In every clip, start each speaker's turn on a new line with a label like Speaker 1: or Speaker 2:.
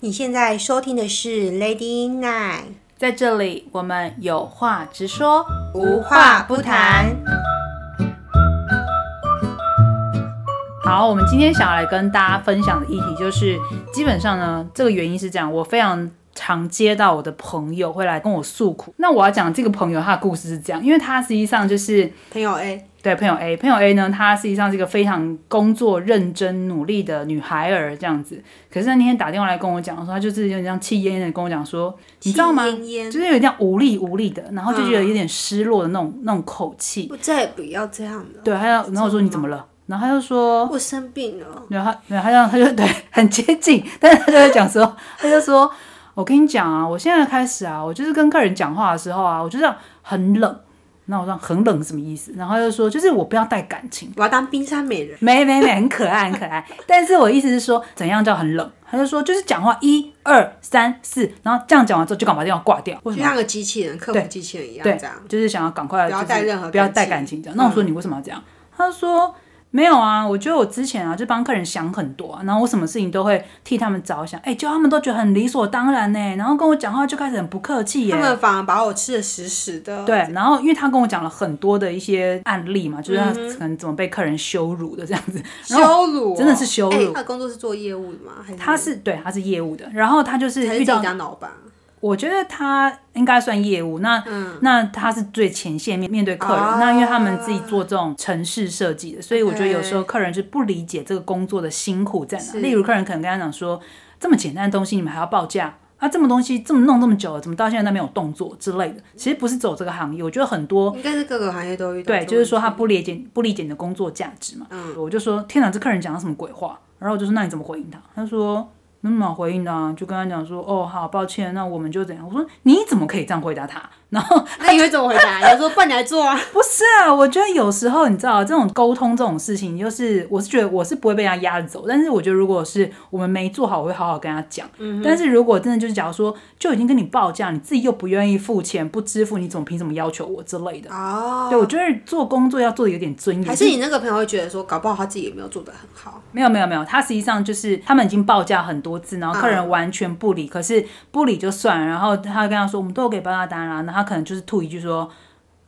Speaker 1: 你现在收听的是 Lady Night，
Speaker 2: 在这里我们有话直说，
Speaker 1: 无话不谈。。
Speaker 2: 好，我们今天想要来跟大家分享的议题就是，基本上呢，这个原因是这样，我非常。常接到我的朋友会来跟我诉苦，那我要讲这个朋友他的故事是这样，因为他实际上就是
Speaker 1: 朋友哎 A，
Speaker 2: 对朋友 A，朋友 A 呢，她实际上是一个非常工作认真努力的女孩儿这样子，可是那天打电话来跟我讲说，她就是有点像气焉焉的跟我讲说，你知道吗？
Speaker 1: 气奄
Speaker 2: 就是有点像无力无力的，然后就觉得有点失落的那种、那种口气。
Speaker 1: 我再也不要这样了。
Speaker 2: 对，还有然后我说你怎么了？然后他就说，
Speaker 1: 我生病了，
Speaker 2: 然后他然后他就他就对很接近，但是他就在讲说，他就说我跟你讲啊，我现在开始啊，我就是跟客人讲话的时候啊，我就这样很冷。那我说很冷什么意思？然后他就说就是我不要带感情。
Speaker 1: 我要当冰山美人。
Speaker 2: 没没没，很可爱，很可爱。但是我意思是说，怎样叫很冷？他就说就是讲话一二三四，然后这样讲完之后就赶快把电话挂掉。为
Speaker 1: 就
Speaker 2: 什么？
Speaker 1: 像个机器人，克服机器人一样，
Speaker 2: 嗯对
Speaker 1: 这样，
Speaker 2: 就是想要赶快、
Speaker 1: 不
Speaker 2: 就是
Speaker 1: 要带任何
Speaker 2: 不要带
Speaker 1: 感
Speaker 2: 感情这样。那我说你为什么要这样？他就说没有啊，我觉得我之前啊就帮客人想很多、啊，然后我什么事情都会替他们着想，哎、就他们都觉得很理所当然呢、然后跟我讲话就开始很不客气耶、
Speaker 1: 他们反而把我吃的死死的。
Speaker 2: 对，然后因为他跟我讲了很多的一些案例嘛，就是他
Speaker 1: 嗯
Speaker 2: 可能怎么被客人羞辱的这样子，然后
Speaker 1: 羞辱哦
Speaker 2: 真的是羞辱
Speaker 1: 哎他的工作是做业务的吗？还是
Speaker 2: 他是对，他是业务的，然后他就是
Speaker 1: 还是
Speaker 2: 遇
Speaker 1: 自己
Speaker 2: 到，
Speaker 1: 当老板？
Speaker 2: 我觉得他应该算业务，那、那他是最前线面面对客人，
Speaker 1: 啊
Speaker 2: 那因为他们自己做这种城市设计的，所以我觉得有时候客人是不理解这个工作的辛苦在哪，
Speaker 1: 是
Speaker 2: 例如客人可能跟他讲说，这么简单的东西你们还要报价。啊，这么东西这么弄这么久了，怎么到现在都没有动作之类的？其实不是走这个行业，我觉得很多
Speaker 1: 应该是各个行业都遇到这个问
Speaker 2: 对，
Speaker 1: 题。
Speaker 2: 就是说他不理解不理解你的工作价值嘛。
Speaker 1: 嗯
Speaker 2: 我就说天哪，这客人讲的什么鬼话？然后我就说那你怎么回应他？他说没什么好回应的、啊，就跟他讲说哦好抱歉，那我们就怎样。我说你怎么可以这样回答他？然后
Speaker 1: 那你会怎么回答？ 你就说半你来做啊。
Speaker 2: 不是啊，我觉得有时候你知道这种沟通这种事情，就是我是觉得我是不会被人家压着走，但是我觉得如果是我们没做好，我会好好跟他讲。
Speaker 1: 嗯
Speaker 2: 但是如果真的就是假如说就已经跟你报价，你自己又不愿意付钱不支付，你怎么凭什么要求我之类的？
Speaker 1: 哦，
Speaker 2: 对，我觉得做工作要做的有点尊严，
Speaker 1: 还是你那个朋友会觉得说，搞不好他自己也没有做得很好。
Speaker 2: 没有没有没有，他实际上就是他们已经报价很多次，
Speaker 1: 嗯
Speaker 2: 然后客人完全不理，可是不理就算了，然后他跟他说我们都有给报价单啦、然后他可能就是吐一句说，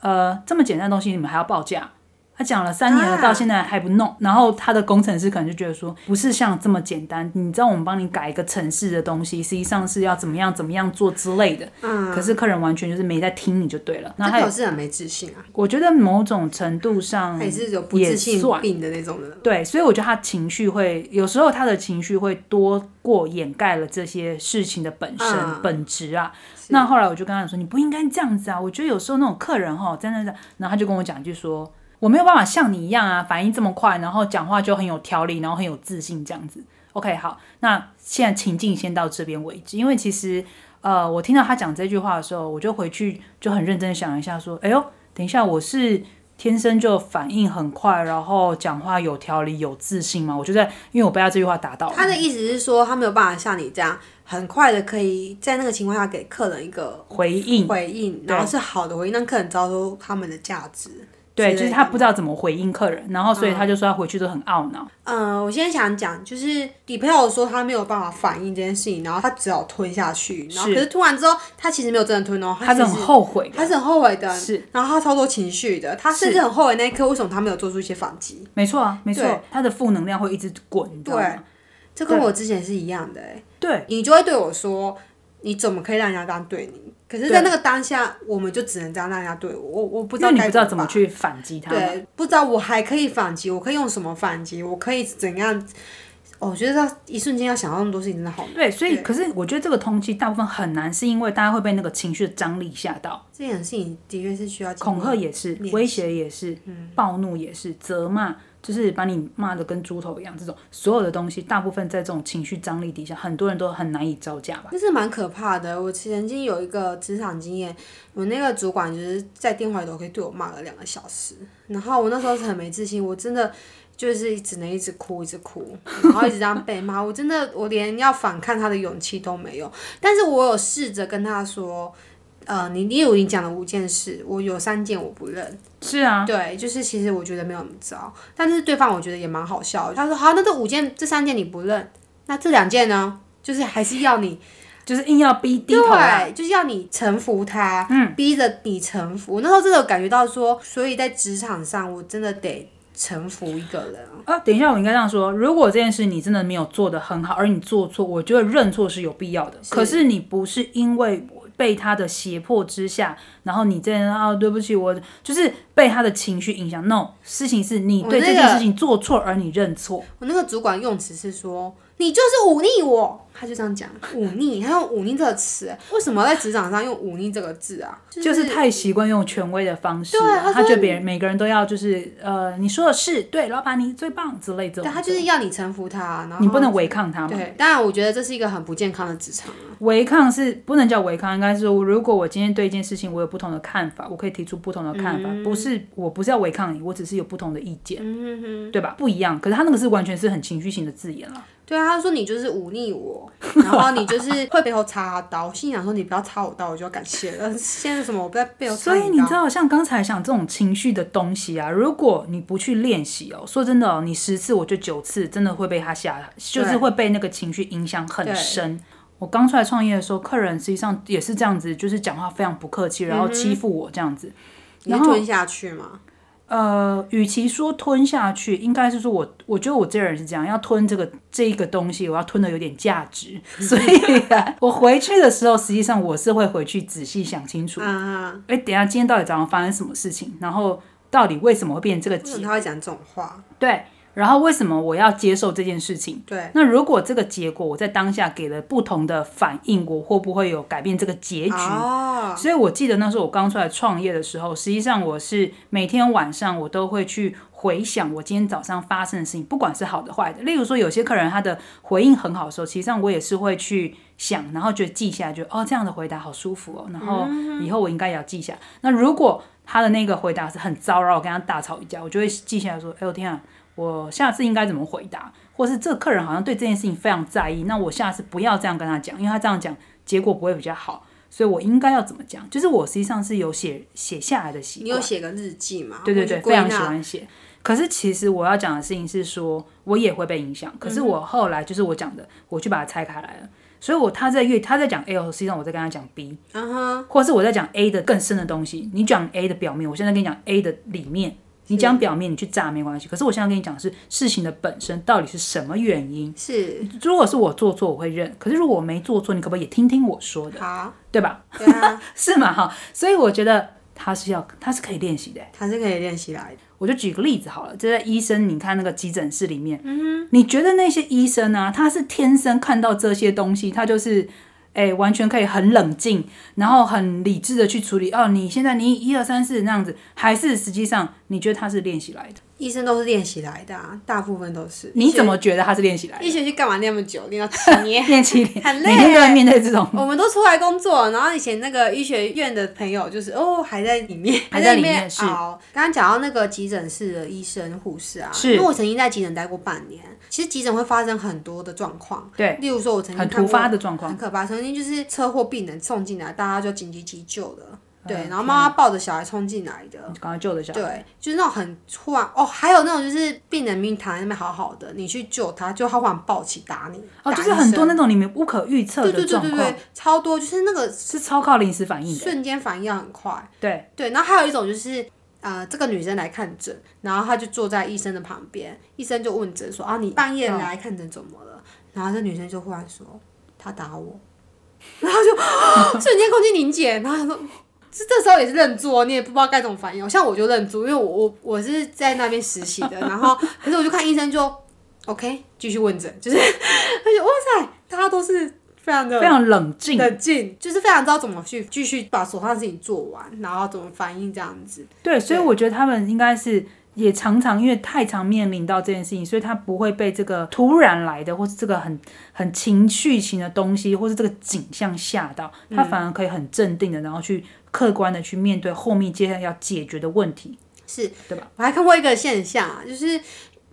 Speaker 2: 呃，这么简单的东西你们还要报价？他讲了三年了，
Speaker 1: 啊
Speaker 2: 到现在还不弄，然后他的工程师可能就觉得说，不是像这么简单，你知道我们帮你改一个城市的东西，实际上是要怎么样怎么样做之类的，
Speaker 1: 嗯，
Speaker 2: 可是客人完全就是没在听你就对了。那
Speaker 1: 这
Speaker 2: 他
Speaker 1: 朋
Speaker 2: 也
Speaker 1: 友是很没自信啊，
Speaker 2: 我觉得某种程度上
Speaker 1: 他也是有不自信
Speaker 2: 也算
Speaker 1: 病的那种人。
Speaker 2: 对，所以我觉得他情绪会有时候他的情绪会多过掩盖了这些事情的本身、
Speaker 1: 嗯
Speaker 2: 本质啊。那后来我就跟他说，你不应该这样子啊！我觉得有时候那种客人哈，在那在，然后他就跟我讲一句说，我没有办法像你一样啊，反应这么快，然后讲话就很有条理，然后很有自信这样子。OK，好，那现在情境先到这边为止，因为其实呃，我听到他讲这句话的时候，我就回去就很认真地想一下，说，哎呦，等一下我是。天生就反应很快，然后讲话有条理、有自信嘛？我就在，因为我被他这句话打到了。
Speaker 1: 他的意思是说，他没有办法像你这样很快的可以在那个情况下给客人一个
Speaker 2: 回应，
Speaker 1: 回应，然后是好的回应，让客人招收他们的价值。
Speaker 2: 对，
Speaker 1: 之
Speaker 2: 就
Speaker 1: 类
Speaker 2: 是
Speaker 1: 的
Speaker 2: 他不知道怎么回应客人，然后所以他就说他回去都很懊恼。
Speaker 1: 嗯，我先想讲，就是你朋友说他没有办法反应这件事情，然后他只好吞下去，然后
Speaker 2: 是
Speaker 1: 可是吞完之后，他其实没有真的吞哦，
Speaker 2: 他是
Speaker 1: 其
Speaker 2: 很
Speaker 1: 实
Speaker 2: 后悔的，
Speaker 1: 他是很后悔的，
Speaker 2: 是，
Speaker 1: 然后他超多情绪的，他甚至很后悔那一刻为什么他没有做出一些反击，
Speaker 2: 没错啊，没错
Speaker 1: 对，
Speaker 2: 他的负能量会一直滚，你知道吗？
Speaker 1: 这跟我之前是一样的、欸，
Speaker 2: 对，啊
Speaker 1: 你就会对我说，你怎么可以让人家这样对你？可是，在那个当下，我们就只能这样让人家对我，我我不知
Speaker 2: 因
Speaker 1: 道
Speaker 2: 为你
Speaker 1: 该
Speaker 2: 不知道怎么
Speaker 1: 办
Speaker 2: 去反击他。
Speaker 1: 对，不知道我还可以反击，我可以用什么反击，我可以怎样？哦我觉得他一瞬间要想到那么多事情真的好难，
Speaker 2: 对，所以
Speaker 1: 对
Speaker 2: 可是我觉得这个通缉大部分很难，是因为大家会被那个情绪的张力吓到，
Speaker 1: 这件事情的确是需要经
Speaker 2: 恐
Speaker 1: 历
Speaker 2: 吓也是，威胁也是，
Speaker 1: 嗯
Speaker 2: 暴怒也是，责骂就是把你骂的跟猪头一样，这种所有的东西，大部分在这种情绪张力底下，很多人都很难以招架吧。
Speaker 1: 那是蛮可怕的。我曾经有一个职场经验，我那个主管就是在电话里头可以对我骂了两个小时，然后我那时候是很没自信，我真的就是只能一直哭，一直哭，然后一直这样被骂，我真的我连要反抗他的勇气都没有。但是我有试着跟他说，呃，你例如你讲的五件事，我有三件我不认。
Speaker 2: 是啊，
Speaker 1: 对，就是其实我觉得没有那么糟，但是对方我觉得也蛮好笑的。他说好，那这五件这三件你不认，那这两件呢？就是还是要你
Speaker 2: 就是硬要逼低头啊。
Speaker 1: 对，就是要你臣服他，嗯，逼着你臣服。那时候真的有感觉到说，所以在职场上，我真的得臣服一个人啊。
Speaker 2: 啊，等一下，我应该这样说：如果这件事你真的没有做得很好，而你做错，我觉得认错是有必要的。
Speaker 1: 是
Speaker 2: 可是你不是因为被他的胁迫之下，然后你这样啊，对不起，我就是被他的情绪影响。No，事情是你
Speaker 1: 我
Speaker 2: 对
Speaker 1: 那
Speaker 2: 这件
Speaker 1: 个
Speaker 2: 事情做错而你认错，
Speaker 1: 我那个主管用词是说，你就是忤逆我，他就这样讲，忤逆，他用忤逆这个词，为什么在职场上用忤逆这个字啊？
Speaker 2: 就是太习惯用权威的方式
Speaker 1: 对啊
Speaker 2: 了，
Speaker 1: 他
Speaker 2: 他
Speaker 1: 说
Speaker 2: 觉得别人每个人都要就是呃，你说的是对，老板你最棒之类这
Speaker 1: 对
Speaker 2: 种
Speaker 1: 他就是要你臣服他，然后
Speaker 2: 你不能违抗他嘛。
Speaker 1: 对，当然我觉得这是一个很不健康的职场啊。
Speaker 2: 违抗是不能叫违抗，应该是说，如果我今天对一件事情我有不同的看法，我可以提出不同的看法，不是我不是要违抗你，我只是有不同的意见，
Speaker 1: 嗯嗯哼哼，
Speaker 2: 对吧？不一样，可是他那个是完全是很情绪型的字眼了。
Speaker 1: 对啊，他说你就是忤逆我，然后你就是会背后插他刀。我心想说你不要插我刀，我就要感谢了。现在什么我不在背后插
Speaker 2: 所以你
Speaker 1: 刀
Speaker 2: 知道，像刚才讲这种情绪的东西啊，如果你不去练习哦，说真的哦，你十次我就九次真的会被他吓，就是会被那个情绪影响很深。我刚出来创业的时候，客人实际上也是这样子，就是讲话非常不客气，
Speaker 1: 嗯
Speaker 2: 然后欺负我这样子。
Speaker 1: 你会吞下去吗？
Speaker 2: 呃，与其说吞下去，应该是说我，我觉得我这个人是这样，要吞这个这一个东西，我要吞的有点价 值，所以、啊、我回去的时候，实际上我是会回去仔细想清楚，
Speaker 1: 啊，
Speaker 2: 哎、等一下今天到底早上发生什么事情，然后到底为什么会变成这个
Speaker 1: 为什
Speaker 2: 结
Speaker 1: 么他会讲这种话？
Speaker 2: 对，然后为什么我要接受这件事情？
Speaker 1: 对，
Speaker 2: 那如果这个结果我在当下给了不同的反应，我会不会有改变这个结局？
Speaker 1: 哦，
Speaker 2: 所以我记得那时候我刚出来创业的时候，实际上我是每天晚上我都会去回想我今天早上发生的事情，不管是好的坏的。例如说，有些客人他的回应很好的时候，其实上我也是会去想，然后觉得记下来，觉得哦这样的回答好舒服哦，然后以后我应该也要记下。那如果他的那个回答是很糟，然后我跟他大吵一架，我就会记下来说，哎呦天啊，我下次应该怎么回答？或是这个客人好像对这件事情非常在意，那我下次不要这样跟他讲，因为他这样讲结果不会比较好，所以我应该要怎么讲？就是我实际上是有写写下来的习
Speaker 1: 你
Speaker 2: 惯
Speaker 1: 有，写个日记吗？
Speaker 2: 对对
Speaker 1: 或者是
Speaker 2: 对，非
Speaker 1: 归
Speaker 2: 常喜
Speaker 1: 纳。
Speaker 2: 欢写。可是其实我要讲的事情是说，我也会被影响。
Speaker 1: 嗯
Speaker 2: 可是我后来就是我讲的，我去把它拆开来了。所以我他在越他在讲 A 的时候，实际上我在跟他讲 B，
Speaker 1: 嗯哼，
Speaker 2: 或是我在讲 A 的更深的东西，你讲 A 的表面，我现在跟你讲 A 的里面，你讲表面你去炸没关系，可是我现在跟你讲的是事情的本身到底是什么原因。
Speaker 1: 是
Speaker 2: 如果是我做错，我会认；可是如果我没做错，你可不可以也听听我说的，
Speaker 1: 好，
Speaker 2: 对吧？
Speaker 1: 对啊，
Speaker 2: 是嘛哈？所以我觉得他是要，他是可以练习的。
Speaker 1: 他是可以练习来的。
Speaker 2: 我就举个例子好了，就在医生，你看那个急诊室里面，嗯、你觉得那些医生啊，他是天生看到这些东西，他就是，哎、完全可以很冷静，然后很理智的去处理。哦，你现在你一二三四那样子，还是实际上你觉得他是练习来的？
Speaker 1: 医生都是练习来的啊，大部分都是。
Speaker 2: 你怎么觉得他是练习来
Speaker 1: 一
Speaker 2: 的？
Speaker 1: 学期干嘛练那么久，练到七年？
Speaker 2: 练习练，
Speaker 1: 很累
Speaker 2: 每天都在面对这种。
Speaker 1: 我们都出来工作，然后以前那个医学院的朋友就是哦，还在里面，
Speaker 2: 还在里面
Speaker 1: 面
Speaker 2: 是
Speaker 1: 熬。刚刚讲到那个急诊室的医生护士啊，
Speaker 2: 是
Speaker 1: 因为我曾经在急诊待过半年，其实急诊会发生很多的状况，
Speaker 2: 对，
Speaker 1: 例如说我曾经
Speaker 2: 很
Speaker 1: 看
Speaker 2: 突
Speaker 1: 过
Speaker 2: 发的状况
Speaker 1: 很。可怕，曾经就是车祸病人送进来，大家就紧急急救的，对，
Speaker 2: 嗯
Speaker 1: 然后妈妈抱着小孩冲进来的。
Speaker 2: 赶快救得下。
Speaker 1: 对，就是那种很突然哦，还有那种就是病人明明躺在那边好好的，你去救他，就他忽然抱起打你，
Speaker 2: 哦，
Speaker 1: 打
Speaker 2: 就是
Speaker 1: 医
Speaker 2: 很多
Speaker 1: 生
Speaker 2: 那种你们无可预测
Speaker 1: 对对
Speaker 2: 的
Speaker 1: 对
Speaker 2: 状
Speaker 1: 对
Speaker 2: 况
Speaker 1: 对，，超多，就是那个
Speaker 2: 是超靠临时反应的。
Speaker 1: 瞬间反应要很快。
Speaker 2: 对，
Speaker 1: 对，然后还有一种就是，呃，这个女生来看诊，然后她就坐在医生的旁边，医生就问诊说啊，你半夜来看诊怎么了？然后这女生就忽然说，她打我， 然后就啊瞬间空气凝结，然后她说。这这时候也是愣住哦，你也不知道该怎么反应。像我就愣住，因为我我我是在那边实习 的，然后可是我就看医生就 OK 继续问诊，就是而且哇塞，大家都是非常的
Speaker 2: 非常冷静。
Speaker 1: 冷静，就是非常知道怎么去继续把手上的事情做完，然后怎么反应这样子。
Speaker 2: 对，所以我觉得他们应该是也常常因为太常面临到这件事情，所以他不会被这个突然来的或是这个很很情绪型的东西，或是这个景象吓到，他反而可以很镇定的，然后去客观的去面对后面接下来要解决的问题。
Speaker 1: 是，
Speaker 2: 对
Speaker 1: 吧？我还看过一个现象啊，就是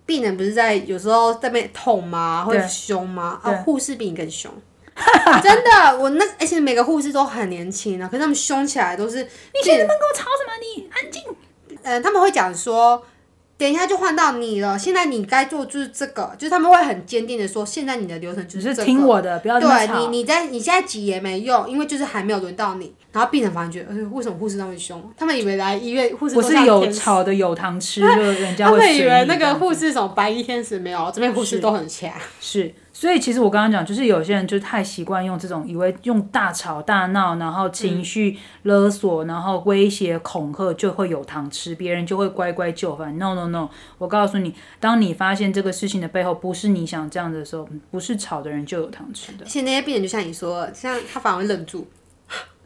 Speaker 1: 病人不是在有时候在被痛吗？会
Speaker 2: 对
Speaker 1: 凶吗？啊
Speaker 2: 对，
Speaker 1: 护士比你更凶。 真的，我那而且每个护士都很年轻啊，可是他们凶起来都是
Speaker 2: 啊你现在在跟我吵什么？你安静。
Speaker 1: 呃，他们会讲说，等一下就换到你了，现在你该做就是这个，就是他们会很坚定的说，现在你的流程就
Speaker 2: 只
Speaker 1: 是
Speaker 2: 是
Speaker 1: 这个。
Speaker 2: 听我的，不要这么
Speaker 1: 对啊
Speaker 2: 吵。
Speaker 1: 你，你在你现在急也没用，因为就是还没有轮到你。然后病人反而觉得，哎、为什么护士那么凶？他们以为来医院护士
Speaker 2: 我
Speaker 1: 都像
Speaker 2: 是有
Speaker 1: 天使
Speaker 2: 吵的有糖吃，就人家
Speaker 1: 他
Speaker 2: 会
Speaker 1: 们
Speaker 2: 随
Speaker 1: 以为
Speaker 2: 你
Speaker 1: 那
Speaker 2: 这
Speaker 1: 个
Speaker 2: 样
Speaker 1: 护士什么白衣天使没有，这边护士
Speaker 2: 是
Speaker 1: 都很强。
Speaker 2: 是，所以其实我刚刚讲，就是有些人就是太习惯用这种，以为用大吵大闹，然
Speaker 1: 嗯
Speaker 2: 后情绪勒索，然后威胁恐吓就会有糖吃，别人就会乖乖就范。No No No，我告诉你，当你发现这个事情的背后不是你想这样的时候，嗯不是吵的人就有糖吃的
Speaker 1: 而。且那些病人就像你说的，像他反而会忍住，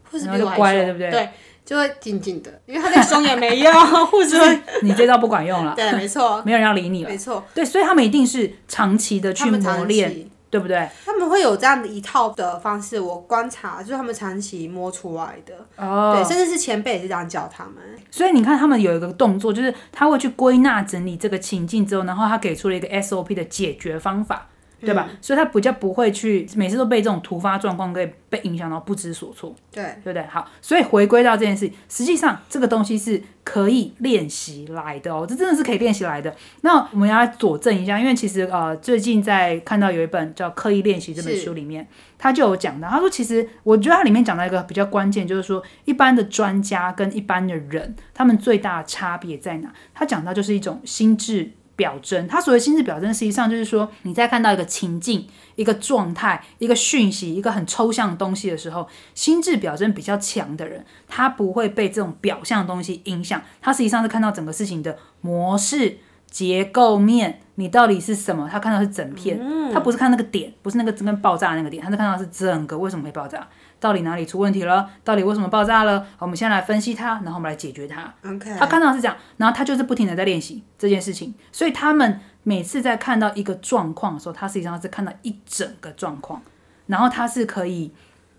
Speaker 1: 护士
Speaker 2: 然
Speaker 1: 比
Speaker 2: 后就
Speaker 1: 我还
Speaker 2: 乖了
Speaker 1: 凶
Speaker 2: 对不对
Speaker 1: 对，就会静静的，因为他再凶也没用， 护士会。
Speaker 2: 你这招不管用了，
Speaker 1: 对，没错，
Speaker 2: 没有人要理你了。
Speaker 1: 没错，
Speaker 2: 对，所以他们一定是长期的
Speaker 1: 哦他
Speaker 2: 去
Speaker 1: 们
Speaker 2: 磨
Speaker 1: 长
Speaker 2: 练，
Speaker 1: 期，
Speaker 2: 对不对？
Speaker 1: 他们会有这样的一套的方式，我观察就是他们长期摸出来的，
Speaker 2: 哦
Speaker 1: 对，甚至是前辈也是这样教他们。
Speaker 2: 所以你看，他们有一个动作，就是他会去归纳整理这个情境之后，然后他给出了一个 SOP 的解决方法，对吧？所以他比较不会去每次都被这种突发状况给被影响到不知所措，
Speaker 1: 对，
Speaker 2: 对不对？好，所以回归到这件事，实际上这个东西是可以练习来的哦，这真的是可以练习来的。那我们要佐证一下，因为其实呃，最近在看到有一本叫《刻意练习》这本
Speaker 1: 是
Speaker 2: 书里面，他就有讲到，他说其实我觉得它里面讲到一个比较关键，就是说一般的专家跟一般的人，他们最大的差别在哪？他讲到就是一种心智。表征，他所谓心智表征，实际上就是说，你在看到一个情境、一个状态、一个讯息、一个很抽象的东西的时候，心智表征比较强的人，他不会被这种表象的东西影响，他实际上是看到整个事情的模式、结构面，你到底是什么？他看到是整片，他不是看那个点，不是那个真正爆炸的那个点，他是看到是整个为什么会爆炸，到底哪里出问题了，到底为什么爆炸了？好我们先来分析它，然后我们来解决它。
Speaker 1: OK，
Speaker 2: 他看到是这样，然后他就是不停的在练习这件事情，所以他们每次在看到一个状况的时候，他实际上是看到一整个状况，然后他是可以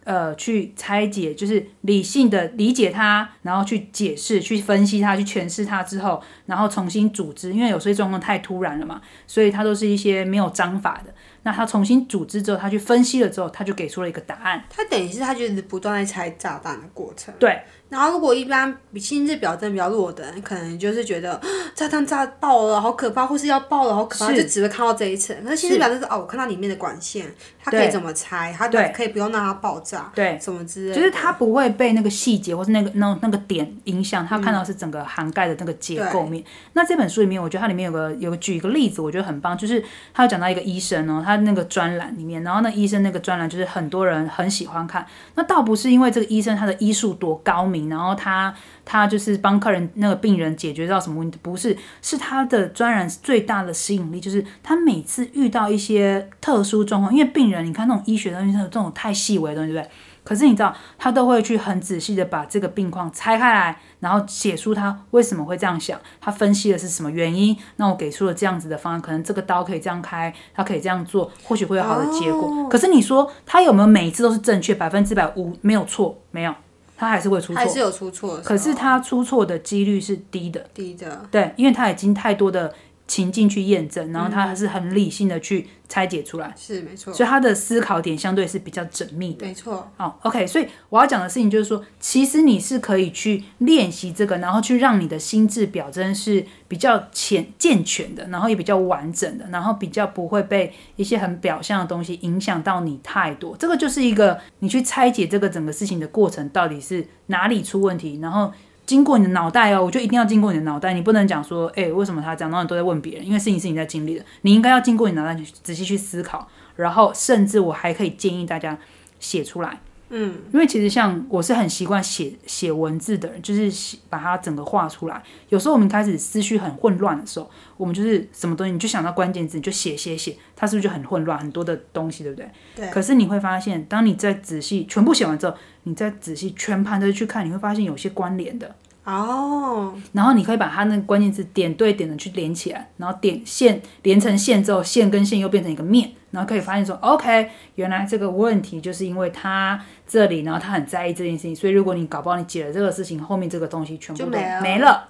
Speaker 2: 呃去拆解，就是理性的理解它，然后去解释、去分析它、去诠释它之后，然后重新组织，因为有些状况太突然了嘛，所以它都是一些没有章法的。那他重新组织之后，他去分析了之后，他就给出了一个答案。
Speaker 1: 他等于是他就是不断在拆炸弹的过程。
Speaker 2: 对。
Speaker 1: 然后如果一般心智表征比较弱的人，可能就是觉得啊炸弹炸爆了，好可怕，或是要爆了，好可怕，
Speaker 2: 是
Speaker 1: 就只会看到这一层。可是心智表征是哦，我看到里面的管线，它可以
Speaker 2: 对
Speaker 1: 怎么拆，它
Speaker 2: 对
Speaker 1: 可以不用让它爆炸，
Speaker 2: 对，
Speaker 1: 什么之类的。
Speaker 2: 就是他不会被那个细节或是那个那那个点影响，他看到是整个涵盖的那个结构面。那这本书里面，我觉得它里面有个有个举一个例子，我觉得很棒，就是他有讲到一个医生哦，他那个专栏里面，然后那医生那个专栏就是很多人很喜欢看，那倒不是因为这个医生他的医术多高明，然后他他就是帮客人那个病人解决到什么问题，不是，是他的专栏最大的吸引力就是他每次遇到一些特殊状况，因为病人你看那种医学的东西，这种太细微的东西，对不对？可是你知道，他都会去很仔细的把这个病况拆开来，然后写出他为什么会这样想，他分析的是什么原因。那我给出了这样子的方案，可能这个刀可以这样开，他可以这样做，或许会有好的结果。
Speaker 1: 哦
Speaker 2: 可是你说他有没有每一次都是正确，百分之百无没有错？没有，他还是会出
Speaker 1: 还
Speaker 2: 错。
Speaker 1: 是有出错的时候，
Speaker 2: 可是他出错的几率是低的。
Speaker 1: 低的，
Speaker 2: 对，因为他已经太多的情境去验证，然后他还是很理性的去拆解出来，
Speaker 1: 是没错，
Speaker 2: 所以他的思考点相对是比较缜密的。
Speaker 1: 没错，
Speaker 2: 哦，OK，所以我要讲的事情就是说，其实你是可以去练习这个，然后去让你的心智表征是比较健健全的，然后也比较完整的，然后比较不会被一些很表象的东西影响到你太多。这个就是一个你去拆解这个整个事情的过程，到底是哪里出问题，然后。经过你的脑袋哦，我就一定要经过你的脑袋，你不能讲说，哎、为什么他这样？然后你都在问别人，因为事情是你在经历的，你应该要经过你脑袋去仔细去思考，然后甚至我还可以建议大家写出来。因为其实像我是很习惯写写文字的人，就是写把它整个画出来。有时候我们开始思绪很混乱的时候，我们就是什么东西你就想到关键字，你就写写写，它是不是就很混乱，很多的东西，对不对？
Speaker 1: 对
Speaker 2: 可是你会发现，当你再仔细全部写完之后，你再仔细全盘的去看，你会发现有些关联的。
Speaker 1: 哦，
Speaker 2: 然后你可以把它那个关键字点对点的去连起来，然后点线连成线之后，线跟线又变成一个面，然后可以发现说，OK，原来这个问题就是因为他这里，然后他很在意这件事情，所以如果你搞不好你解了这个事情，后面这个东西全部都
Speaker 1: 就没了
Speaker 2: 没了，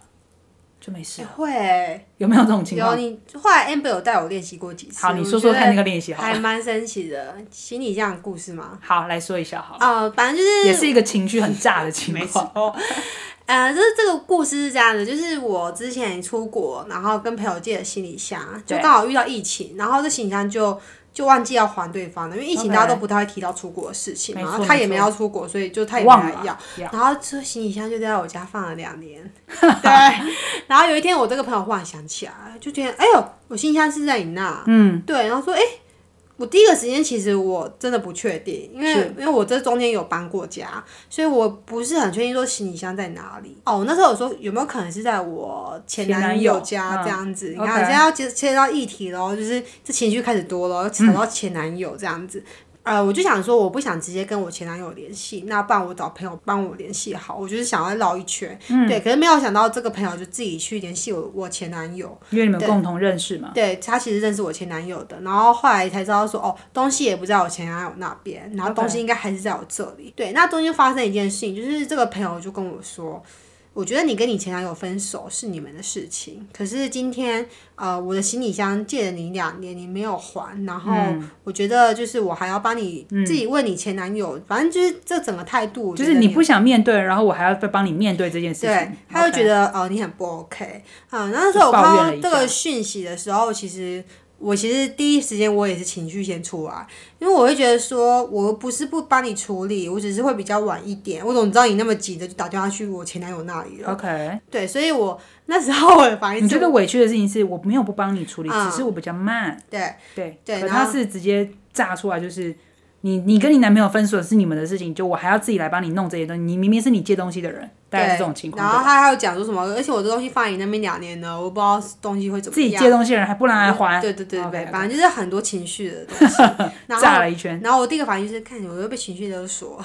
Speaker 2: 就没事
Speaker 1: 哎
Speaker 2: 了，
Speaker 1: 会欸
Speaker 2: 有没有这种情
Speaker 1: 有
Speaker 2: 况？
Speaker 1: 你后来 Amber 有带我练习过几次，
Speaker 2: 好，你说说看那个练习
Speaker 1: 个
Speaker 2: 好了，
Speaker 1: 还蛮神奇的，请你这样的故事吗？
Speaker 2: 好来说一下好了，
Speaker 1: 哦哦，反正就是
Speaker 2: 也是一个情绪很炸的情况，
Speaker 1: 哦，呃，就是这个故事是这样的，就是我之前出国，然后跟朋友借的行李箱，就
Speaker 2: 对
Speaker 1: 刚好遇到疫情，然后这行李箱就就忘记要还对方了，因为疫情
Speaker 2: OK
Speaker 1: 大家都不太会提到出国的事情嘛，
Speaker 2: 没
Speaker 1: 然
Speaker 2: 错
Speaker 1: 后他也
Speaker 2: 没
Speaker 1: 没
Speaker 2: 错
Speaker 1: 要出国，所以就他也没
Speaker 2: 忘
Speaker 1: 来
Speaker 2: 了
Speaker 1: 要，
Speaker 2: 要
Speaker 1: 然后这行李箱就在我家放了两 年，对，然后有一天我这个朋友忽然想起来，就觉得哎呦，我行李箱是在你那，嗯，对，然后说哎。我第一个时间其实我真的不确定，因为因为我这中间有搬过家，所以我不是很确定说行李箱在哪里。哦，我那时候有说有没有可能是在我前
Speaker 2: 前
Speaker 1: 男
Speaker 2: 男
Speaker 1: 友
Speaker 2: 友
Speaker 1: 家
Speaker 2: 嗯
Speaker 1: 这样子？你
Speaker 2: OK
Speaker 1: 看，现在要接切到议题喽，就是这情绪开始多
Speaker 2: 嗯
Speaker 1: 了，扯到前男友这样子。呃，我就想说，我不想直接跟我前男友联系，那不然我找朋友帮我联系好。我就是想要绕一圈，
Speaker 2: 嗯
Speaker 1: 对。可是没有想到这个朋友就自己去联系我我前男友，
Speaker 2: 因为你们共同认识嘛。
Speaker 1: 对他其实认识我前男友的，然后后来才知道说哦，东西也不在我前男友那边，然后
Speaker 2: OK
Speaker 1: 东西应该还是在我这里。对，那中间发生一件事情，就是这个朋友就跟我说，我觉得你跟你前男友分手是你们的事情，可是今天呃我的行李箱借了你两年，你没有还，然后
Speaker 2: 嗯
Speaker 1: 我觉得就是我还要帮你自己问你前男友，反正就是这整个态度，
Speaker 2: 就是你不想面对，然后我还要再帮你面对这件事
Speaker 1: 对
Speaker 2: 情，，
Speaker 1: 他就
Speaker 2: OK
Speaker 1: 觉得哦你很不 OK 啊、那时候我
Speaker 2: 就
Speaker 1: 看
Speaker 2: 抱怨
Speaker 1: 到
Speaker 2: 了一
Speaker 1: 这个讯息的时候，其实我其实第一时间我也是情绪先出来，因为我会觉得说我不是不帮你处理，我只是会比较晚一点。我怎么知道你那么急的就打电话去我前男友那里了？
Speaker 2: OK。
Speaker 1: 对，所以我那时候我的反应
Speaker 2: 你觉
Speaker 1: 是，
Speaker 2: 得委屈的事情是我没有不帮你处理，
Speaker 1: 嗯
Speaker 2: 只是我比较慢。
Speaker 1: 对
Speaker 2: 对
Speaker 1: 对
Speaker 2: 可
Speaker 1: 然后
Speaker 2: 他是直接炸出来，就是你你跟你男朋友分手是你们的事情，就我还要自己来帮你弄这些东西。你明明是你借东西的人，嗯大概是这种情
Speaker 1: 对，
Speaker 2: 况。
Speaker 1: 然后
Speaker 2: 对吧
Speaker 1: 他还有讲说什么，而且我这东西放你那边两年了，我不知道东西会怎么
Speaker 2: 自己
Speaker 1: 样。
Speaker 2: 借东西的人还不让他还，
Speaker 1: 对对对对对，
Speaker 2: OK，OK
Speaker 1: 反正就是很多情绪的东 西。然后
Speaker 2: 炸了一圈，
Speaker 1: 然后我第一个反应就是，看我又被情绪勒索。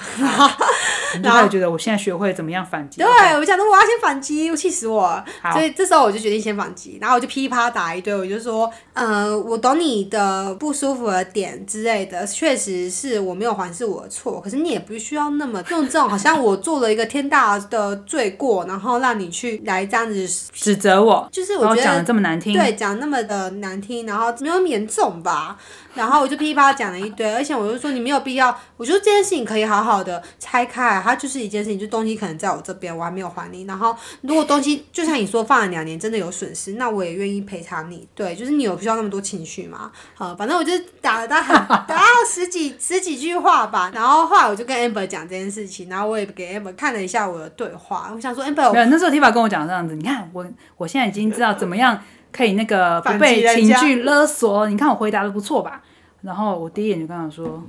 Speaker 2: 你就开始觉得我现在学会怎么样反击。
Speaker 1: 对，我想说我要先反击，我气死我了。
Speaker 2: 好
Speaker 1: 所以这时候我就决定先反击，然后我就噼啪打一堆，我就说，呃，我懂你的不舒服的点之类的，确实是我没有还是我的错，可是你也不需要那么用这种好像我做了一个天大的罪过，然后让你去来这样子，
Speaker 2: 指责我，
Speaker 1: 就是
Speaker 2: 然
Speaker 1: 我
Speaker 2: 后
Speaker 1: 觉
Speaker 2: 讲
Speaker 1: 得
Speaker 2: 的这么难听，
Speaker 1: 对，讲那么的难听，然后没有那么严重吧，然后我就噼里啪啦讲了一堆，而且我就说你没有必要，我觉得这件事情可以好好的拆开来，它就是一件事情，就东西可能在我这边，我还没有还你，然后如果东西就像你说放了两年真的有损失，那我也愿意赔偿你，对，就是你有需要那么多情绪吗？呃，反正我就打了大概打到十几十几句话吧，然后后来我就跟 Amber 讲这件事情，然后我也给 Amber 看了一下我的对话，我想说 Amber 我
Speaker 2: 没有，那时候 Tifa 跟我讲这样子，你看我我现在已经知道怎么样可以那个不
Speaker 1: 反击
Speaker 2: 被
Speaker 1: 人
Speaker 2: 情
Speaker 1: 家
Speaker 2: 绪勒索。你看我回答的不错吧？然后我第一眼就跟他说，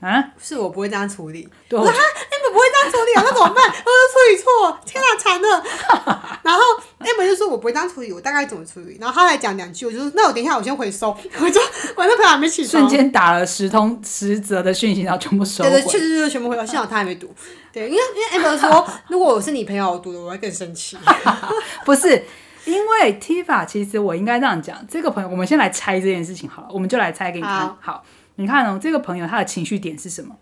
Speaker 2: 啊，
Speaker 1: 是我不会这样处理。
Speaker 2: 对
Speaker 1: 我说啊，你们不会这样处理啊，那怎么办？我说处理错，天哪，惨了。然后 Amber 就说我不会这样处理，我大概怎么处理。然后他还讲两句，我就说那我等一下我先回收，我就我那朋友还没起床
Speaker 2: 瞬。间打了十通十则的讯息，然后全部收
Speaker 1: 对
Speaker 2: 回。
Speaker 1: 对，确实就是全部回收，幸好他还没读。对，因为因为 Amber 说，如果我是你朋友，我读了我会更生气。
Speaker 2: 不是，因为 Tifa，其实我应该这样讲，这个朋友，我们先来猜这件事情好了，我们就来猜给你看
Speaker 1: 好。
Speaker 2: 好，你看哦，这个朋友他的情绪点是什么？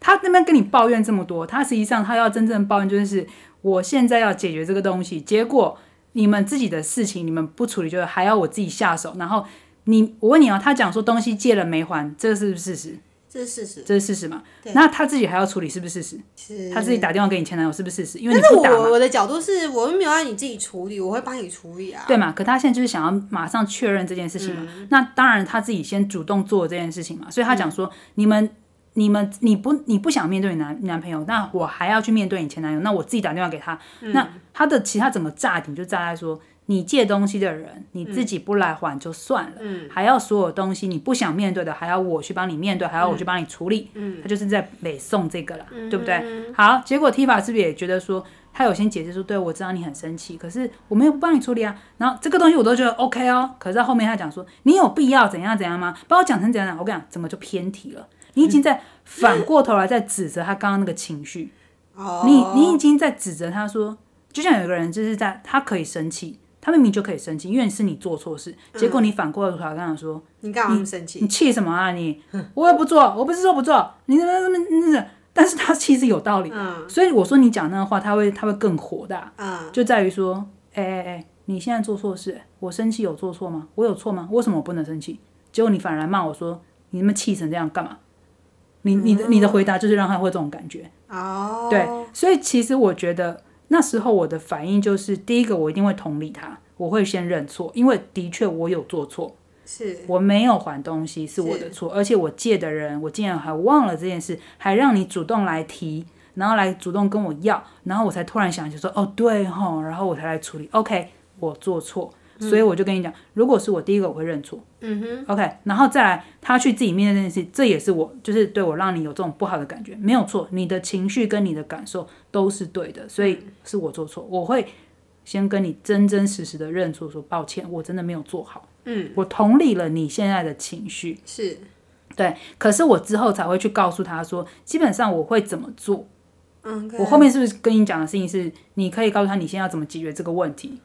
Speaker 2: 他那边跟你抱怨这么多，他实际上他要真正抱怨就是我现在要解决这个东西，结果你们自己的事情你们不处理，就是还要我自己下手。然后你，我问你哦，他讲说东西借了没还，这是不是事实？
Speaker 1: 这是事实，
Speaker 2: 这是事实嘛
Speaker 1: 对？
Speaker 2: 那他自己还要处理，是不是事实？
Speaker 1: 是
Speaker 2: 他自己打电话给你前男友，是不是事实？因为
Speaker 1: 但
Speaker 2: 你
Speaker 1: 是
Speaker 2: 不打嘛
Speaker 1: 我。我的角度是，我又没有让你自己处理，我会帮你处理啊。
Speaker 2: 对嘛？可他现在就是想要马上确认这件事情嘛。
Speaker 1: 嗯
Speaker 2: 那当然他自己先主动做这件事情嘛，所以他讲
Speaker 1: 嗯
Speaker 2: 说、你们。你们你不你不想面对你男男朋友，那我还要去面对你前男友，那我自己打电话给他，
Speaker 1: 嗯
Speaker 2: 那他的其他整个炸点就炸在说，你借东西的人你自己不来还就算了，
Speaker 1: 嗯
Speaker 2: 还要所有东西你不想面对的，还要我去帮你面对，还
Speaker 1: 嗯
Speaker 2: 要我去帮你处理，他就是在北宋这个啦，对不对？好，结果 Tifa 是不是也觉得说，他有先解释说，对我知道你很生气，可是我没有帮你处理啊。然后这个东西我都觉得 OK 哦，可是到后面他讲说，你有必要怎样怎样吗？把我讲成怎样怎啊样，我跟你讲，整个就偏题了。你已经在反过头来在指责他刚刚那个情绪，
Speaker 1: 哦，
Speaker 2: 你你已经在指责他说，就像有一个人就是在他可以生气，他明明就可以生气，因为是你做错事，结果你反过头来跟他说，
Speaker 1: 你干嘛那么生气？
Speaker 2: 你气什么啊你？我也不做，我不是说不做，你怎么怎么怎么？但是他其实有道理，所以我说你讲那个话，他会他会更火大。
Speaker 1: 嗯，
Speaker 2: 就在于说，哎哎哎，你现在做错事，我生气有做错吗？我有错吗？为什么我不能生气？结果你反而来骂我说，你他妈气成这样干嘛？你你的你的回答就是让他会这种感觉。
Speaker 1: 嗯哦，
Speaker 2: 对，所以其实我觉得那时候我的反应就是，第一个我一定会同理他，我会先认错，因为的确我有做错，
Speaker 1: 是
Speaker 2: 我没有还东西是我的错，而且我借的人，我竟然还忘了这件事，还让你主动来提，然后来主动跟我要，然后我才突然想起说，哦对吼，然后我才来处理，OK，我做错，所以我就跟你讲，如果是我第一个我会认错，
Speaker 1: 嗯哼，
Speaker 2: OK，然后再来，他去自己面对这件事，这也是我就是对我让你有这种不好的感觉，没有错，你的情绪跟你的感受都是对的，所
Speaker 1: 嗯
Speaker 2: 以是我做错，我会先跟你真真实实的认错，说抱歉，我真的没有做好，
Speaker 1: 嗯，
Speaker 2: 我同理了你现在的情绪，
Speaker 1: 是
Speaker 2: 对，可是我之后才会去告诉他说，基本上我会怎么做，
Speaker 1: 嗯，
Speaker 2: 我后面是不是跟你讲的事情是，你可以告诉他你现在要怎么解决这个问题，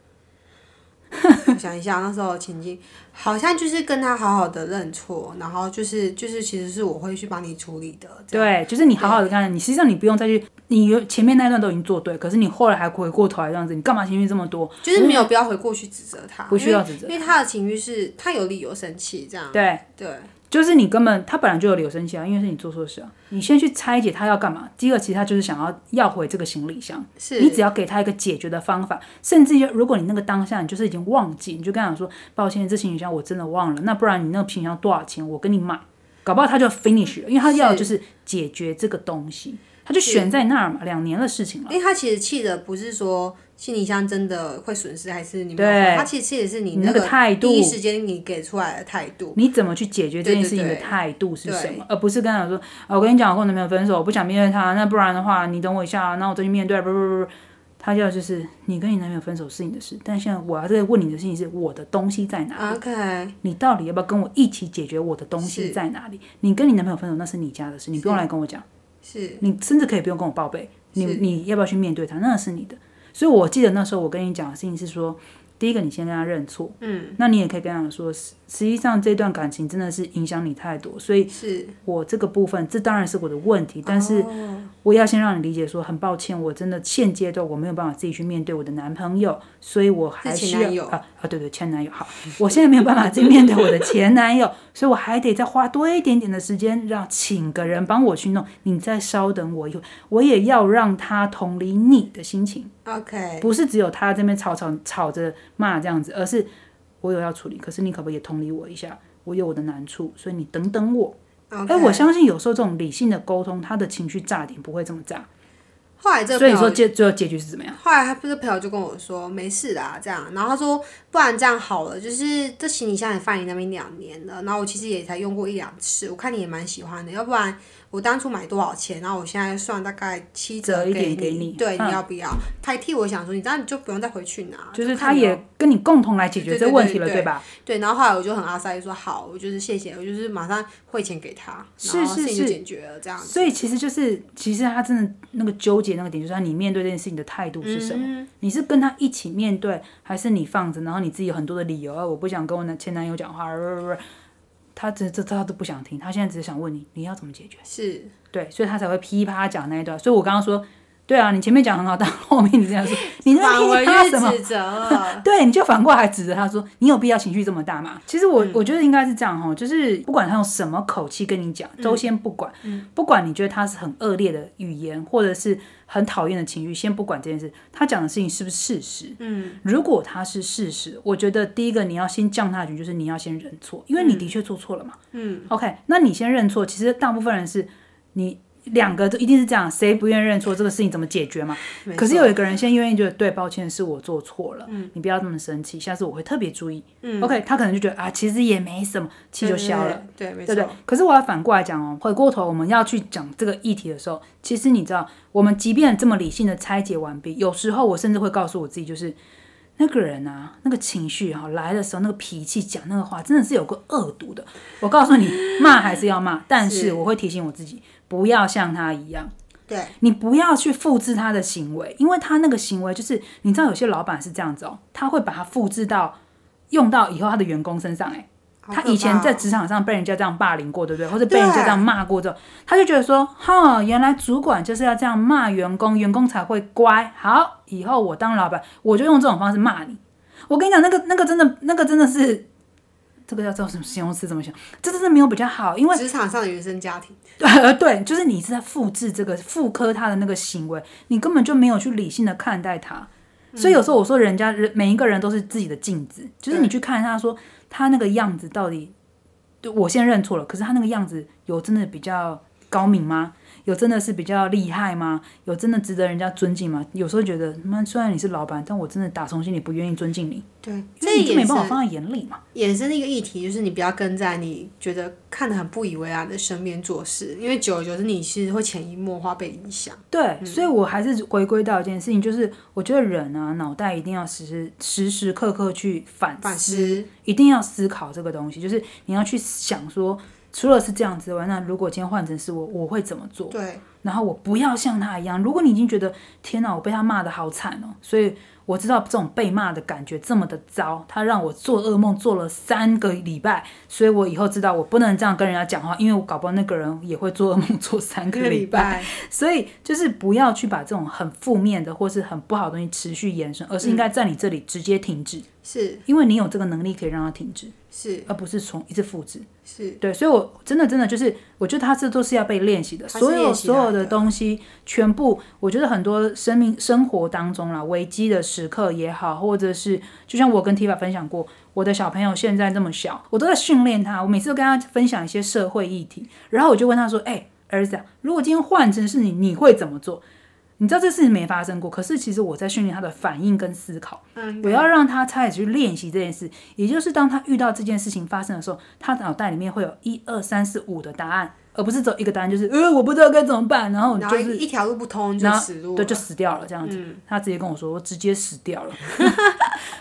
Speaker 1: 我想一下，那时候情境好像就是跟他好好的认错，然后就是就是其实是我会去帮你处理的，这样
Speaker 2: 对，就是你好好的看，你实际上你不用再去，你有前面那一段都已经做对，可是你后来还回过头来这样子，你干嘛情绪这么多？
Speaker 1: 就是没有必要回过去指责他，
Speaker 2: 嗯不需要指责
Speaker 1: 因为因为他的情绪是他有理由生气这样，
Speaker 2: 对，
Speaker 1: 对，
Speaker 2: 就是你根本他本来就有留生气啊，因为是你做错事啊，你先去拆解他要干嘛。第一个，其实他就是想要要回这个行李箱，
Speaker 1: 是
Speaker 2: 你只要给他一个解决的方法，甚至于如果你那个当下你就是已经忘记，你就跟他讲说，抱歉，这行李箱我真的忘了，那不然你那个行李箱多少钱，我跟你买，搞不好他就 finish 了，因为他要的就是解决这个东西，他就悬在那儿嘛，两年的事情了。
Speaker 1: 因为他其实气的不是说行李箱真的会损失，还是你没
Speaker 2: 对
Speaker 1: 有还，他其实气的是你
Speaker 2: 你那个
Speaker 1: 个
Speaker 2: 态度
Speaker 1: 第一时间你给出来的态度，
Speaker 2: 你怎么去解决这件事情
Speaker 1: 对
Speaker 2: 的
Speaker 1: 对对
Speaker 2: 态度是什
Speaker 1: 对
Speaker 2: 么，而不是跟他讲说，啊，我跟你讲，我跟我男朋友分手，我不想面对他，那不然的话，你等我一下啊，那我再去面对，不不不不，他要就是你跟你男朋友分手是你的事，但现在我要在问你的事情是我的东西在哪里，
Speaker 1: OK，
Speaker 2: 你到底要不要跟我一起解决我的东西
Speaker 1: 是
Speaker 2: 在哪里？你跟你男朋友分手那是你家的事，你不用
Speaker 1: 是
Speaker 2: 来跟我讲，
Speaker 1: 是
Speaker 2: 你甚至可以不用跟我报备，你
Speaker 1: 是
Speaker 2: 你要不要去面对他，那是你的。所以我记得那时候我跟你讲的事情是说，第一个你先跟他认错。
Speaker 1: 嗯
Speaker 2: 那你也可以跟他讲说，实实际上这段感情真的是影响你太多，所以
Speaker 1: 是，
Speaker 2: 我这个部分，这当然是我的问题，但是
Speaker 1: 哦
Speaker 2: 我要先让你理解说，很抱歉，我真的现阶段我没有办法自己去面对我的男朋友，所以我还
Speaker 1: 是前
Speaker 2: 需要
Speaker 1: 男友
Speaker 2: 啊啊对对前男友好，我现在没有办法去面对我的前男友，所以我还得再花多一点点的时间，让请个人帮我去弄，你再稍等我一会，我也要让他同理你的心情。
Speaker 1: OK，
Speaker 2: 不是只有他这边吵吵吵着骂这样子，而是我有要处理，可是你可不可以也同理我一下？我有我的难处，所以你等等我。
Speaker 1: 哎
Speaker 2: 哎我相信有时候这种理性的沟通，他的情绪炸点不会这么炸。
Speaker 1: 后来这个
Speaker 2: 所以你
Speaker 1: 朋友
Speaker 2: 说结最后结局是怎么样？
Speaker 1: 后来他不是朋友就跟我说没事的、啊、这样，然后他说不然这样好了，就是这行李箱也放你那边两年了，然后我其实也才用过一两次，我看你也蛮喜欢的，要不然我当初买多少钱，然后我现在算大概七折
Speaker 2: 折一点
Speaker 1: 你，
Speaker 2: 给你
Speaker 1: 对，
Speaker 2: 嗯
Speaker 1: 你要不要？他还替我想说，你这样你就不用再回去拿，
Speaker 2: 就是
Speaker 1: 啊就
Speaker 2: 他
Speaker 1: 看你有
Speaker 2: 也跟你共同来解决
Speaker 1: 对
Speaker 2: 这
Speaker 1: 对
Speaker 2: 问
Speaker 1: 对
Speaker 2: 题了，
Speaker 1: 对
Speaker 2: 对吧？
Speaker 1: 对，然后后来我就很阿塞说好，我就是谢谢，我就是马上汇钱给他，
Speaker 2: 是
Speaker 1: 然后
Speaker 2: 是
Speaker 1: 事情就是解决了这样子，
Speaker 2: 所以其实就是，其实他真的那个纠结那个点，就是他你面对这件事情的态度是什么？
Speaker 1: 嗯
Speaker 2: 你是跟他一起面对，还是你放着，然后你自己有很多的理由啊？我不想跟我男前男友讲话，呃他这这他都不想听，他现在只是想问你，你要怎么解决？
Speaker 1: 是
Speaker 2: 对，所以他才会噼啪讲那一段。所以我刚刚说，对啊，你前面讲很好，但后面你这样说，你在
Speaker 1: 反
Speaker 2: 那
Speaker 1: 而
Speaker 2: 噼啪
Speaker 1: 又
Speaker 2: 什么？
Speaker 1: 指责了，
Speaker 2: 对，你就反过来指着他说：“你有必要情绪这么大吗？”其实
Speaker 1: 嗯
Speaker 2: 我、我觉得应该是这样哈，就是不管他用什么口气跟你讲，
Speaker 1: 嗯
Speaker 2: 都先不管，不管你觉得他是很恶劣的语言，或者是很讨厌的情绪，先不管这件事，他讲的事情是不是事实？
Speaker 1: 嗯，
Speaker 2: 如果他是事实，我觉得第一个你要先降他一局，就是你要先认错，因为你的确做错了嘛。
Speaker 1: 嗯
Speaker 2: ，OK，那你先认错，其实大部分人是你。两个都一定是这样，谁不愿意认错，这个事情怎么解决嘛？
Speaker 1: 没
Speaker 2: 可是
Speaker 1: 错
Speaker 2: 有一个人先愿意觉得对，抱歉，是我做错了，你不要这么生气，下次我会特别注意。
Speaker 1: 嗯
Speaker 2: OK，他可能就觉得啊，其实也没什么，气就消了。，
Speaker 1: 对对对，对没
Speaker 2: 对不
Speaker 1: 错
Speaker 2: 对。，可是我要反过来讲哦，回过头我们要去讲这个议题的时候，其实你知道，我们即便这么理性的拆解完毕，有时候我甚至会告诉我自己，就是那个人啊，那个情绪哈、来的时候，那个脾气讲那个话，真的是有个恶毒的。我告诉你，骂还是要骂，但是
Speaker 1: 是
Speaker 2: 我会提醒我自己，不要像他一样。
Speaker 1: 对，
Speaker 2: 你不要去复制他的行为，因为他那个行为就是，你知道有些老板是这样子哦，他会把它复制到用到以后他的员工身上、哎，
Speaker 1: 好
Speaker 2: 他
Speaker 1: 可
Speaker 2: 以前
Speaker 1: 怕
Speaker 2: 在
Speaker 1: 哦
Speaker 2: 职场上被人家这样霸凌过，对不对？或者被
Speaker 1: 对
Speaker 2: 人家这样骂过之后，他就觉得说，哈，原来主管就是要这样骂员工，员工才会乖。好，以后我当老板，我就用这种方式骂你。我跟你讲，那个那个真的那个真的是。这个要叫什么形容词怎么想？这真的没有比较好，因为
Speaker 1: 职场上的原生家庭，
Speaker 2: 对呃对，就是你是在复制这个复刻他的那个行为，你根本就没有去理性的看待他。所以有时候我说，人家人每一个人都是自己的镜子，就是你去看他说他那个样子到底，对我先认错了，可是他那个样子有真的比较高明吗？有真的是比较厉害吗？有真的值得人家尊敬吗？有时候觉得，妈，虽然你是老板，但我真的打从心里不愿意尊敬你，
Speaker 1: 对，
Speaker 2: 因为
Speaker 1: 这
Speaker 2: 你就
Speaker 1: 也
Speaker 2: 没
Speaker 1: 是
Speaker 2: 办法放在眼里嘛。
Speaker 1: 衍生的一个议题，就是你不要跟在你觉得看得很不以为然的身边做事，因为久而久之你是会潜移默化被影响。
Speaker 2: 对，所以我还是回归到一件事情，就是我觉得人啊，脑袋一定要时时时时刻刻去反
Speaker 1: 反思，
Speaker 2: 一定要思考这个东西，就是你要去想说，除了是这样之外，那如果今天换成是我，我会怎么做？
Speaker 1: 对，
Speaker 2: 然后我不要像他一样。如果你已经觉得天哪，我被他骂的好惨哦，所以我知道这种被骂的感觉这么的糟，他让我做噩梦做了三个礼拜，所以我以后知道我不能这样跟人家讲话，因为我搞不好那个人也会做噩梦做三个礼拜。
Speaker 1: 拜，
Speaker 2: 所以就是不要去把这种很负面的或是很不好的东西持续延伸，而是
Speaker 1: 嗯
Speaker 2: 应该在你这里直接停止，
Speaker 1: 是
Speaker 2: 因为你有这个能力可以让它停止，
Speaker 1: 是
Speaker 2: 而不是从一直复制。
Speaker 1: 是，
Speaker 2: 对，所以我真的真的就是，我觉得它这都是要被练习的，
Speaker 1: 它是
Speaker 2: 所有
Speaker 1: 练习
Speaker 2: 所有
Speaker 1: 来
Speaker 2: 的
Speaker 1: 的
Speaker 2: 东西，全部我觉得很多生命生活当中啦，危机的时刻也好，或者是就像我跟 Tiva 分享过，我的小朋友现在这么小，我都在训练他，我每次都跟他分享一些社会议题，然后我就问他说：“哎、儿子、啊，如果今天换成是你，你会怎么做？”你知道这事情没发生过，可是其实我在训练他的反应跟思考。
Speaker 1: 嗯，
Speaker 2: 我要让他开始去练习这件事，也就是当他遇到这件事情发生的时候，他脑袋里面会有一二三四五的答案，而不是只有一个答案，就是呃我不知道该怎么办，然后
Speaker 1: 然
Speaker 2: 哦就
Speaker 1: 后
Speaker 2: 是
Speaker 1: 一条路不通就
Speaker 2: 然后
Speaker 1: 死路了，嗯
Speaker 2: 对就死掉了这样子。他直接跟我说，我直接死掉了，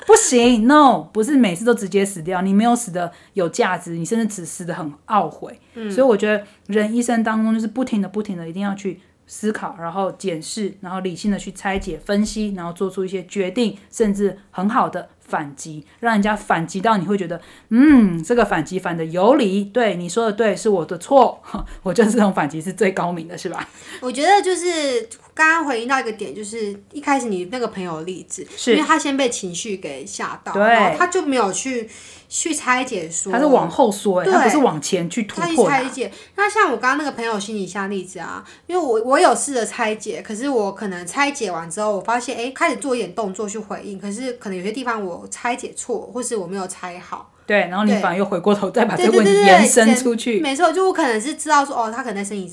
Speaker 2: 不行，no，不是每次都直接死掉，你没有死的有价值，你甚至只死的很懊悔。
Speaker 1: 嗯
Speaker 2: 所以我觉得人一生当中就是不停的、不停的，一定要去。思考，然后检视，然后理性的去拆解、分析，然后做出一些决定，甚至很好的反击，让人家反击到你会觉得，嗯，这个反击反的有理，对你说的对，是我的错， 我觉得这种反击是最高明的，是吧？
Speaker 1: 我觉得就是刚刚回应到一个点，就是一开始你那个朋友的例子，
Speaker 2: 是
Speaker 1: 因为他先被情绪给吓到，
Speaker 2: 对
Speaker 1: 然后他就没有去去拆解说
Speaker 2: 它是往后缩、欸，
Speaker 1: 对
Speaker 2: 它不是往前去突
Speaker 1: 他去
Speaker 2: 破
Speaker 1: 拆
Speaker 2: 它。
Speaker 1: 解。那像我刚刚那个朋友心理下例子啊，因为我我有试着拆解，可是我可能拆解完之后，我发现哎、诶开始做一点动作去回应，可是可能有些地方我拆解错，或是我没有拆好。
Speaker 2: 对，然后你
Speaker 1: 对
Speaker 2: 反而又回过头再把这
Speaker 1: 对
Speaker 2: 个
Speaker 1: 对
Speaker 2: 问题
Speaker 1: 对对，
Speaker 2: 延伸
Speaker 1: 前
Speaker 2: 出去。
Speaker 1: 没错，就我可能是知道说哦，他可能在生气，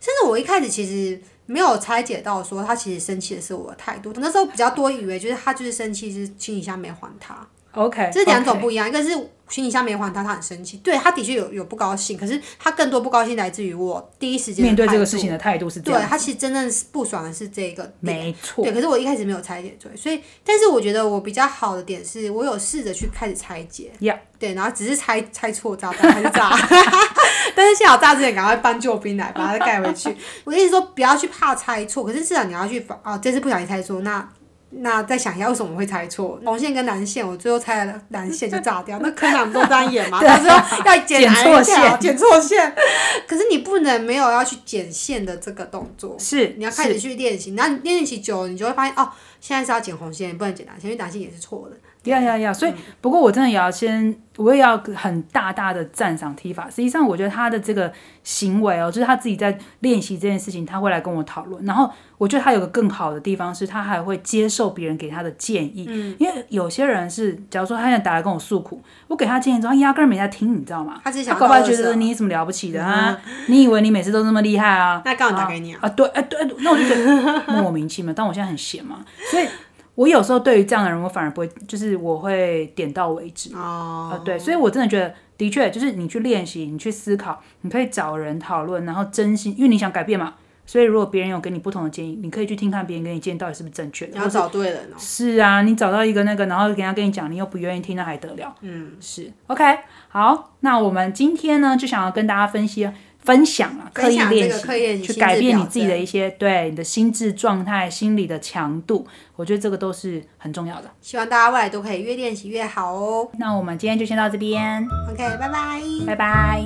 Speaker 1: 甚至我一开始其实没有拆解到说他其实生气的是我的态度。我那时候比较多以为就是他就是生气是行李箱没还他，
Speaker 2: OK，
Speaker 1: 这是两种
Speaker 2: 哎 OK
Speaker 1: 不一样，一个是行李箱没还他，他很生气，对他的确有有不高兴，可是他更多不高兴来自于我第一时间的
Speaker 2: 面对这个
Speaker 1: 态度
Speaker 2: 事情，的态度是这
Speaker 1: 对
Speaker 2: 样，
Speaker 1: 他其实真正是不爽的是这个点。
Speaker 2: 没错。
Speaker 1: 对，可是我一开始没有拆解对，所以，但是我觉得我比较好的点是我有试着去开始拆解
Speaker 2: Yeah
Speaker 1: 对，然后只是拆拆错炸弹还是炸， 但是幸好炸之前赶快搬救兵来把它盖回去。我的意思说不要去怕拆错，可是至少你要去反哦，这次不小心拆错，那那再想一下为什么会拆错，红线跟蓝线，我最后拆了蓝线就炸掉，那柯南不都这样演 嘛，他说要剪
Speaker 2: 啊剪
Speaker 1: 哪一条
Speaker 2: 错线
Speaker 1: 剪错线， 可是你不能没有要去剪线的这个动作，
Speaker 2: 是，
Speaker 1: 你要开
Speaker 2: 是
Speaker 1: 始去练习，然后你练习久了，你就会发现哦，现在是要剪红线，不能剪蓝线，因为蓝线也是错的。
Speaker 2: 呀呀呀！所
Speaker 1: 嗯
Speaker 2: 以，不过我真的也要先，我也要很大大的赞赏 T 法。实际上，我觉得他的这个行为哦，就是他自己在练习这件事情，他会来跟我讨论。然后，我觉得他有个更好的地方是，他还会接受别人给他的建议。嗯，因为有些人是，假如说他现在打来跟我诉苦，我给他建议之后，哎他压根儿没在听，你知道吗？
Speaker 1: 他只是嗯
Speaker 2: 他
Speaker 1: 想要
Speaker 2: 搞不好
Speaker 1: 到啊
Speaker 2: 觉
Speaker 1: 垃圾
Speaker 2: 得你有什么了不起的啊？你以为你每次都那么厉害 啊？
Speaker 1: 那刚好打给你啊，
Speaker 2: 啊，对，哎、对，哎那我就觉得 莫名其妙。但我现在很闲嘛，所以我有时候对于这样的人，我反而不会，就是我会点到为止。啊、
Speaker 1: 哦，
Speaker 2: 对，所以我真的觉得，的确就是你去练习，你去思考，你可以找人讨论，然后真心，因为你想改变嘛。所以如果别人有给你不同的建议，你可以去听看别人给你建议到底是不是正确
Speaker 1: 你
Speaker 2: 的。
Speaker 1: 要找对人哦。
Speaker 2: 是啊，你找到一个那个，然后人家跟你讲，你又不愿意听，那还得了？嗯，是。OK，好，那我们今天呢，就想要跟大家分析分享啊，刻
Speaker 1: 分
Speaker 2: 意
Speaker 1: 享
Speaker 2: 练
Speaker 1: 这个
Speaker 2: 习，
Speaker 1: 刻意练习
Speaker 2: 去
Speaker 1: 心智
Speaker 2: 改变你
Speaker 1: 表
Speaker 2: 自己的
Speaker 1: 征
Speaker 2: 一些对你的心智状态、心理的强度，我觉得这个都是很重要的。
Speaker 1: 希望大家未来都可以越练习越好哦。
Speaker 2: 那我们今天就先到这边，
Speaker 1: OK，拜拜。
Speaker 2: 拜拜。